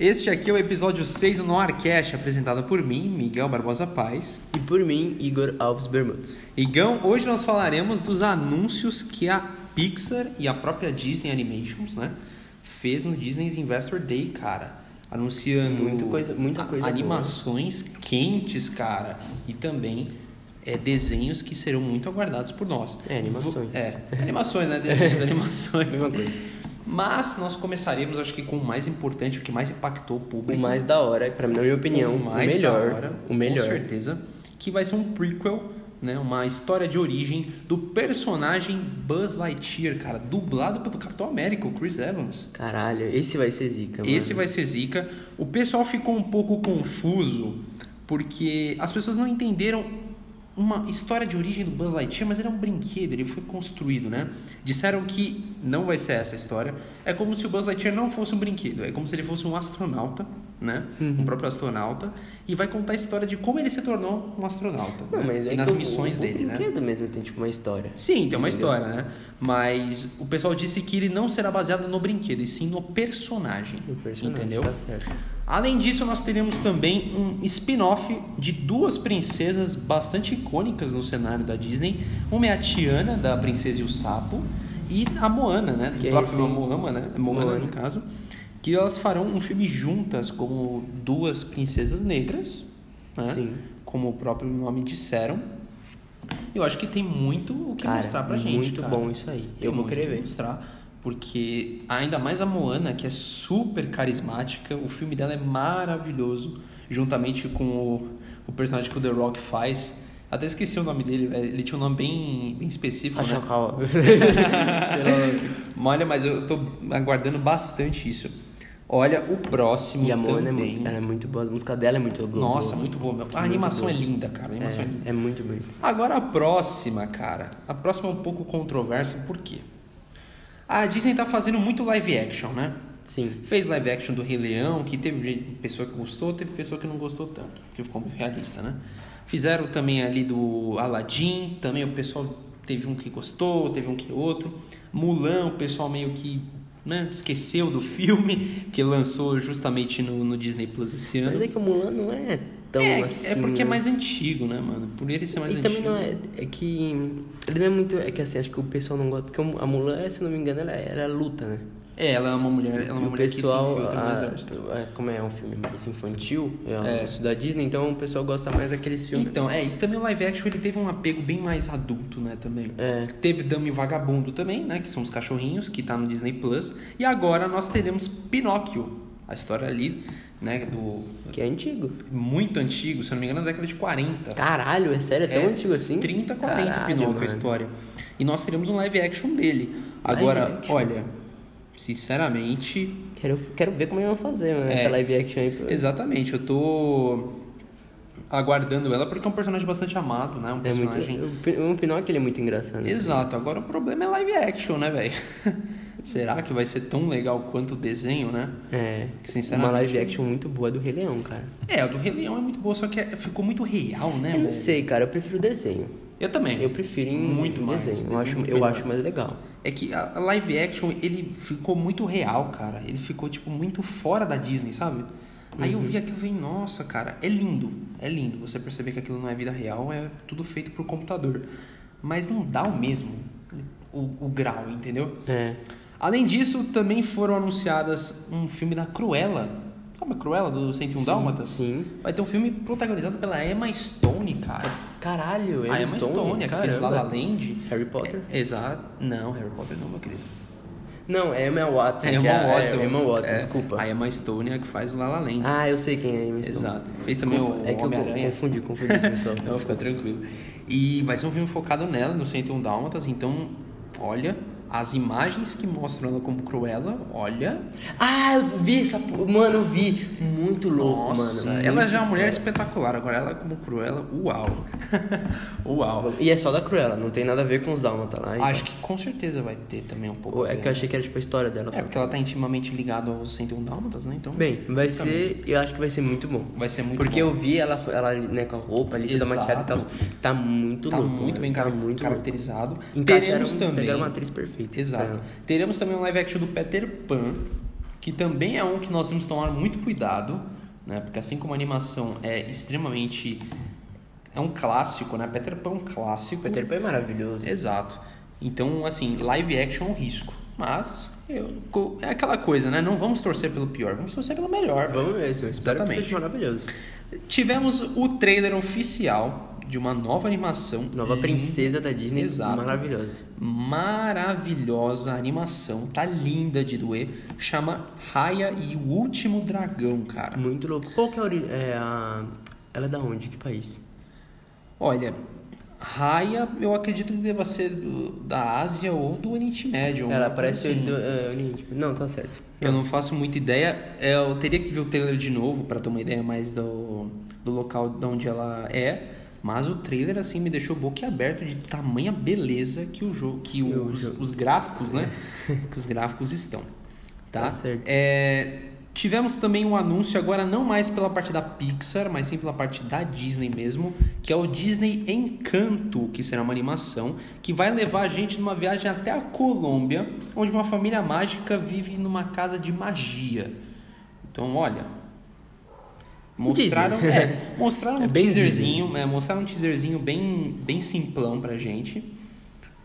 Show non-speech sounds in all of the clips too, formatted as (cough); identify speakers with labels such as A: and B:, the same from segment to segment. A: Este aqui é o episódio 6 do Noarcast, apresentado por mim, Miguel Barbosa Paz.
B: E por mim, Igor Alves Bermudes.
A: Igão, hoje nós falaremos dos anúncios que a Pixar e a própria Disney Animations, né, fez no Disney's Investor Day, cara. Anunciando
B: Muita coisa- muita
A: a-
B: coisa boa.
A: animações quentes, cara, e também é, desenhos que serão muito aguardados por nós.
B: É, animações.
A: Vo- É, animações, né? Desenhos,
B: (laughs)
A: animações.
B: Mesma coisa.
A: Mas nós começaremos, acho que com o mais importante, o que mais impactou o
B: O
A: público.
B: mais da hora, pra Então, minha opinião, o,
A: mais
B: melhor.
A: da hora,
B: o melhor.
A: Com certeza. Que vai ser um prequel, né? Uma história de origem do personagem Buzz Lightyear, cara. Dublado pelo Capitão América, o Chris Evans.
B: Caralho, esse vai ser zica, mano.
A: Esse vai ser zica. O pessoal ficou um pouco confuso porque as pessoas não entenderam uma história de origem do Buzz Lightyear, mas ele é um brinquedo, ele foi construído, né? Disseram que não vai ser essa a história. É como se o Buzz Lightyear não fosse um brinquedo, é como se ele fosse um astronauta, né?
B: Uhum.
A: Um próprio astronauta e vai contar a história de como ele se tornou um astronauta
B: Não,
A: né?
B: mas é
A: e nas
B: que o-
A: missões
B: o
A: dele, né?
B: brinquedo mesmo tem tipo uma história.
A: Sim, tem uma história, né? Mas o pessoal disse que ele não será baseado no brinquedo, e sim no personagem.
B: O personagem,
A: entendeu?
B: Tá certo.
A: Além disso, nós teremos também um spin-off de duas princesas bastante icônicas no cenário da Disney. Uma é a Tiana, da Princesa e o Sapo, e a Moana, né?
B: Que
A: Do
B: é
A: próprio
B: esse-
A: Moana, né? Moana,
B: Moana.
A: no caso. Que elas farão um filme juntas como duas princesas negras, né?
B: Sim.
A: Como o próprio nome disseram. Eu acho que tem muito o que
B: Cara,
A: mostrar pra gente,
B: muito
A: cara.
B: bom isso aí.
A: Tem
B: Eu vou
A: muito
B: querer
A: que
B: ver.
A: mostrar, porque ainda mais a Moana, que é super carismática, o filme dela é maravilhoso, juntamente com o, o personagem que o The Rock faz. Até esqueci o nome dele, velho. ele tinha um nome bem, bem específico, né?
B: (laughs) calma.
A: (laughs)
B: tipo,
A: Mas Olha, mas eu tô aguardando bastante isso. Olha, o próximo
B: E a Moana é
A: também.
B: muito, ela é muito boa, a música dela é muito boa.
A: Nossa, muito bom, meu. A animação é linda, cara. A animação é linda.
B: é, é muito bonito.
A: Agora a próxima, cara. A próxima é um pouco controversa, por quê? A Disney tá fazendo muito live action, né?
B: Sim.
A: Fez live action do Rei Leão, que teve gente- pessoa que gostou, teve pessoa que não gostou tanto, que ficou muito realista, né? Fizeram também ali do Aladdin, também o pessoal teve um que gostou, teve um que outro. Mulan, o pessoal meio que né, esqueceu do filme, que lançou justamente no, no Disney Plus esse
B: Mas
A: ano.
B: é que o Mulan não é tão
A: é,
B: assim.
A: é porque é
B: né?
A: mais antigo, né, mano? Por ele ser mais
B: e
A: antigo.
B: também não é, é que ele não é muito é que assim acho que o pessoal não gosta porque a Mulan se eu não me engano ela, ela luta né
A: É, ela é uma mulher, ela é uma
B: E o
A: mulher que se
B: pessoal
A: infiltra no exército.
B: a, é, como é um filme mais infantil é, um
A: É.
B: isso da Disney então o pessoal gosta mais daqueles filmes
A: Então, é, e também o live action ele teve um apego bem mais adulto, né, também.
B: É.
A: Teve Dama e Vagabundo também, né, que são os cachorrinhos, que tá no Disney Plus. E agora nós teremos Pinóquio, a história ali, né, do...
B: que é antigo
A: Muito antigo, se eu não me engano, da década de 40.
B: caralho é sério é tão
A: É,
B: antigo assim
A: 30, 40
B: Caralho,
A: Pinóquio a
B: mano.
A: história. E nós teremos um live action dele. Agora,
B: action.
A: olha, sinceramente,
B: quero quero ver como eles vão fazer né,
A: É.
B: essa live action aí pra-
A: Exatamente, eu tô aguardando ela porque é um personagem bastante amado, né? Um
B: é muito
A: personagem.
B: o Pin- o Pinóquio ele é muito engraçado
A: Exato, agora o problema é live action, né, velho? (laughs) Será que vai ser tão legal quanto o desenho, né?
B: é
A: Que, sinceramente-
B: uma live action muito boa do Rei Leão cara
A: É, a do Rei Leão é muito boa, só que é- ficou muito real, né?
B: eu não
A: velho?
B: sei cara eu prefiro o desenho
A: Eu também.
B: eu prefiro em
A: muito mais.
B: desenho eu acho
A: muito
B: eu
A: melhor.
B: acho mais legal
A: É que a a live action, ele ficou muito real, cara. Ele ficou, tipo, muito fora da Disney, sabe? Aí
B: Uhum.
A: eu vi aquilo e falei, nossa, cara, é lindo. É lindo você perceber que aquilo não é vida real, é tudo feito por computador. Mas não dá o mesmo, o, o grau, entendeu?
B: É.
A: Além disso, também foram anunciadas um filme da Cruella. Sabe a Cruella do 101 Dálmatas?
B: sim.
A: Vai ter um filme protagonizado pela Emma Stone, cara.
B: Caralho,
A: a Emma Stone, a é que fez La La Land.
B: Harry Potter?
A: É, exato. Não, Harry Potter não, meu querido.
B: Não, é Emma Watson.
A: É
B: que
A: Emma Watson.
B: É, Emma Watson,
A: É,
B: desculpa.
A: A Emma Stone é a que faz o La La Land.
B: Ah, eu sei quem é a Emma Stone.
A: Exato. Fez também o
B: É que eu
A: Homem-Aranha.
B: confundi, confundi, pessoal.
A: Não, fica tranquilo. E vai ser um filme focado nela, no 101 Dálmatas. Então, olha, as imagens que mostram ela como Cruella, olha...
B: Ah, eu vi essa... po- Mano, eu vi. Muito louco,
A: Nossa,
B: mano.
A: ela
B: Muito
A: já é uma mulher espetacular. Agora ela como Cruella, uau. (laughs) uau.
B: foda. E é só da Cruella, não tem nada a ver com os Dálmata lá. então.
A: Acho que com certeza vai ter também um pouco.
B: Ou
A: a
B: É que eu
A: ver, né?
B: achei que era tipo a história dela.
A: É,
B: sabe?
A: porque ela tá intimamente ligada aos 101 Dálmatas, né? Então,
B: Bem, vai ser... Eu acho que vai ser muito bom.
A: vai ser muito
B: Porque
A: bom.
B: eu vi ela, ela né, com a roupa ali, toda
A: Exato.
B: maquiada e tal. Tá muito
A: Tá
B: louco.
A: muito
B: mano.
A: bem
B: tá
A: car-
B: muito louco.
A: caracterizado.
B: Encaixaram,
A: Teremos também.
B: Pegaram uma atriz perfeita.
A: Exato.
B: É.
A: Teremos também um live action do Peter Pan. que também é um que nós temos que tomar muito cuidado, né? Porque assim como a animação é extremamente é um clássico, né? Peter Pan é um clássico.
B: Peter Pan é maravilhoso.
A: Exato. Então, assim, live action é um risco, mas eu- co- é aquela coisa, né? Não vamos torcer pelo pior, vamos torcer pelo melhor. velho.
B: Vamos mesmo, espero que
A: Exatamente.
B: seja maravilhoso.
A: Tivemos o trailer oficial de uma nova animação.
B: Nova
A: linda,
B: princesa da Disney,
A: Exato.
B: maravilhosa.
A: Maravilhosa animação, tá linda de doer. Chama Raya e o Último Dragão, cara.
B: Muito louco. Qual que é a, ori- é a... Ela é da onde? Que país?
A: Olha, Raya eu acredito que deva ser do- da Ásia ou do Oriente Médio.
B: Ela
A: alguma
B: parece
A: coisa assim.
B: do é, Oriente. Não, tá certo.
A: Eu não faço muita ideia. é, Eu teria que ver o trailer de novo para ter uma ideia mais do, do local de onde ela é. Mas o trailer assim me deixou boquiaberto de tamanha beleza que o jogo, que
B: o
A: os, os gráficos,
B: (laughs)
A: né? que os gráficos estão, tá?
B: Tá certo.
A: É, tivemos também um anúncio agora não mais pela parte da Pixar, mas sim pela parte da Disney mesmo, que é o Disney Encanto, que será uma animação que vai levar a gente numa viagem até a Colômbia, onde uma família mágica vive numa casa de magia. Então, olha,
B: (laughs)
A: mostraram,
B: Disney.
A: é, mostraram
B: É
A: um
B: bem
A: teaserzinho, né? Mostraram um teaserzinho bem bem simplão pra gente.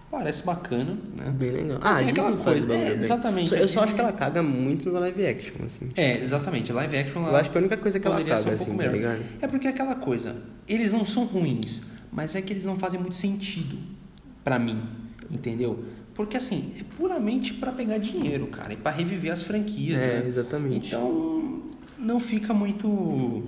A: Parece bacana, né?
B: Bem legal. Ah,
A: Assim,
B: a
A: aquela
B: Disney faz
A: coisa,
B: o bagulho
A: é,
B: bem.
A: exatamente.
B: Só- Eu só
A: A
B: acho que ela caga muito no live action, assim.
A: É, exatamente. Live action
B: Eu acho que é a única coisa que ela
A: poderia ser
B: caga,
A: um
B: assim,
A: pouco
B: tá
A: melhor.
B: ligado?
A: É porque é aquela coisa, eles não são ruins, mas é que eles não fazem muito sentido pra mim, entendeu? Porque assim, é puramente pra pegar dinheiro, cara, e pra reviver as franquias,
B: É,
A: né?
B: exatamente.
A: Então, não fica muito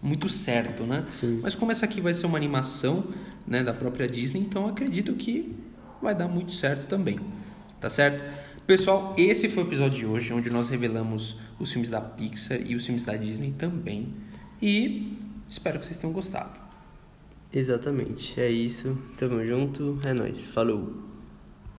A: muito certo, né?
B: Sim.
A: Mas como essa aqui vai ser uma animação, né, da própria Disney, então eu acredito que vai dar muito certo também. Tá certo? Pessoal, esse foi o episódio de hoje, onde nós revelamos os filmes da Pixar e os filmes da Disney também. E espero que vocês tenham gostado.
B: Exatamente. É isso. Tamo junto. É nóis. Falou.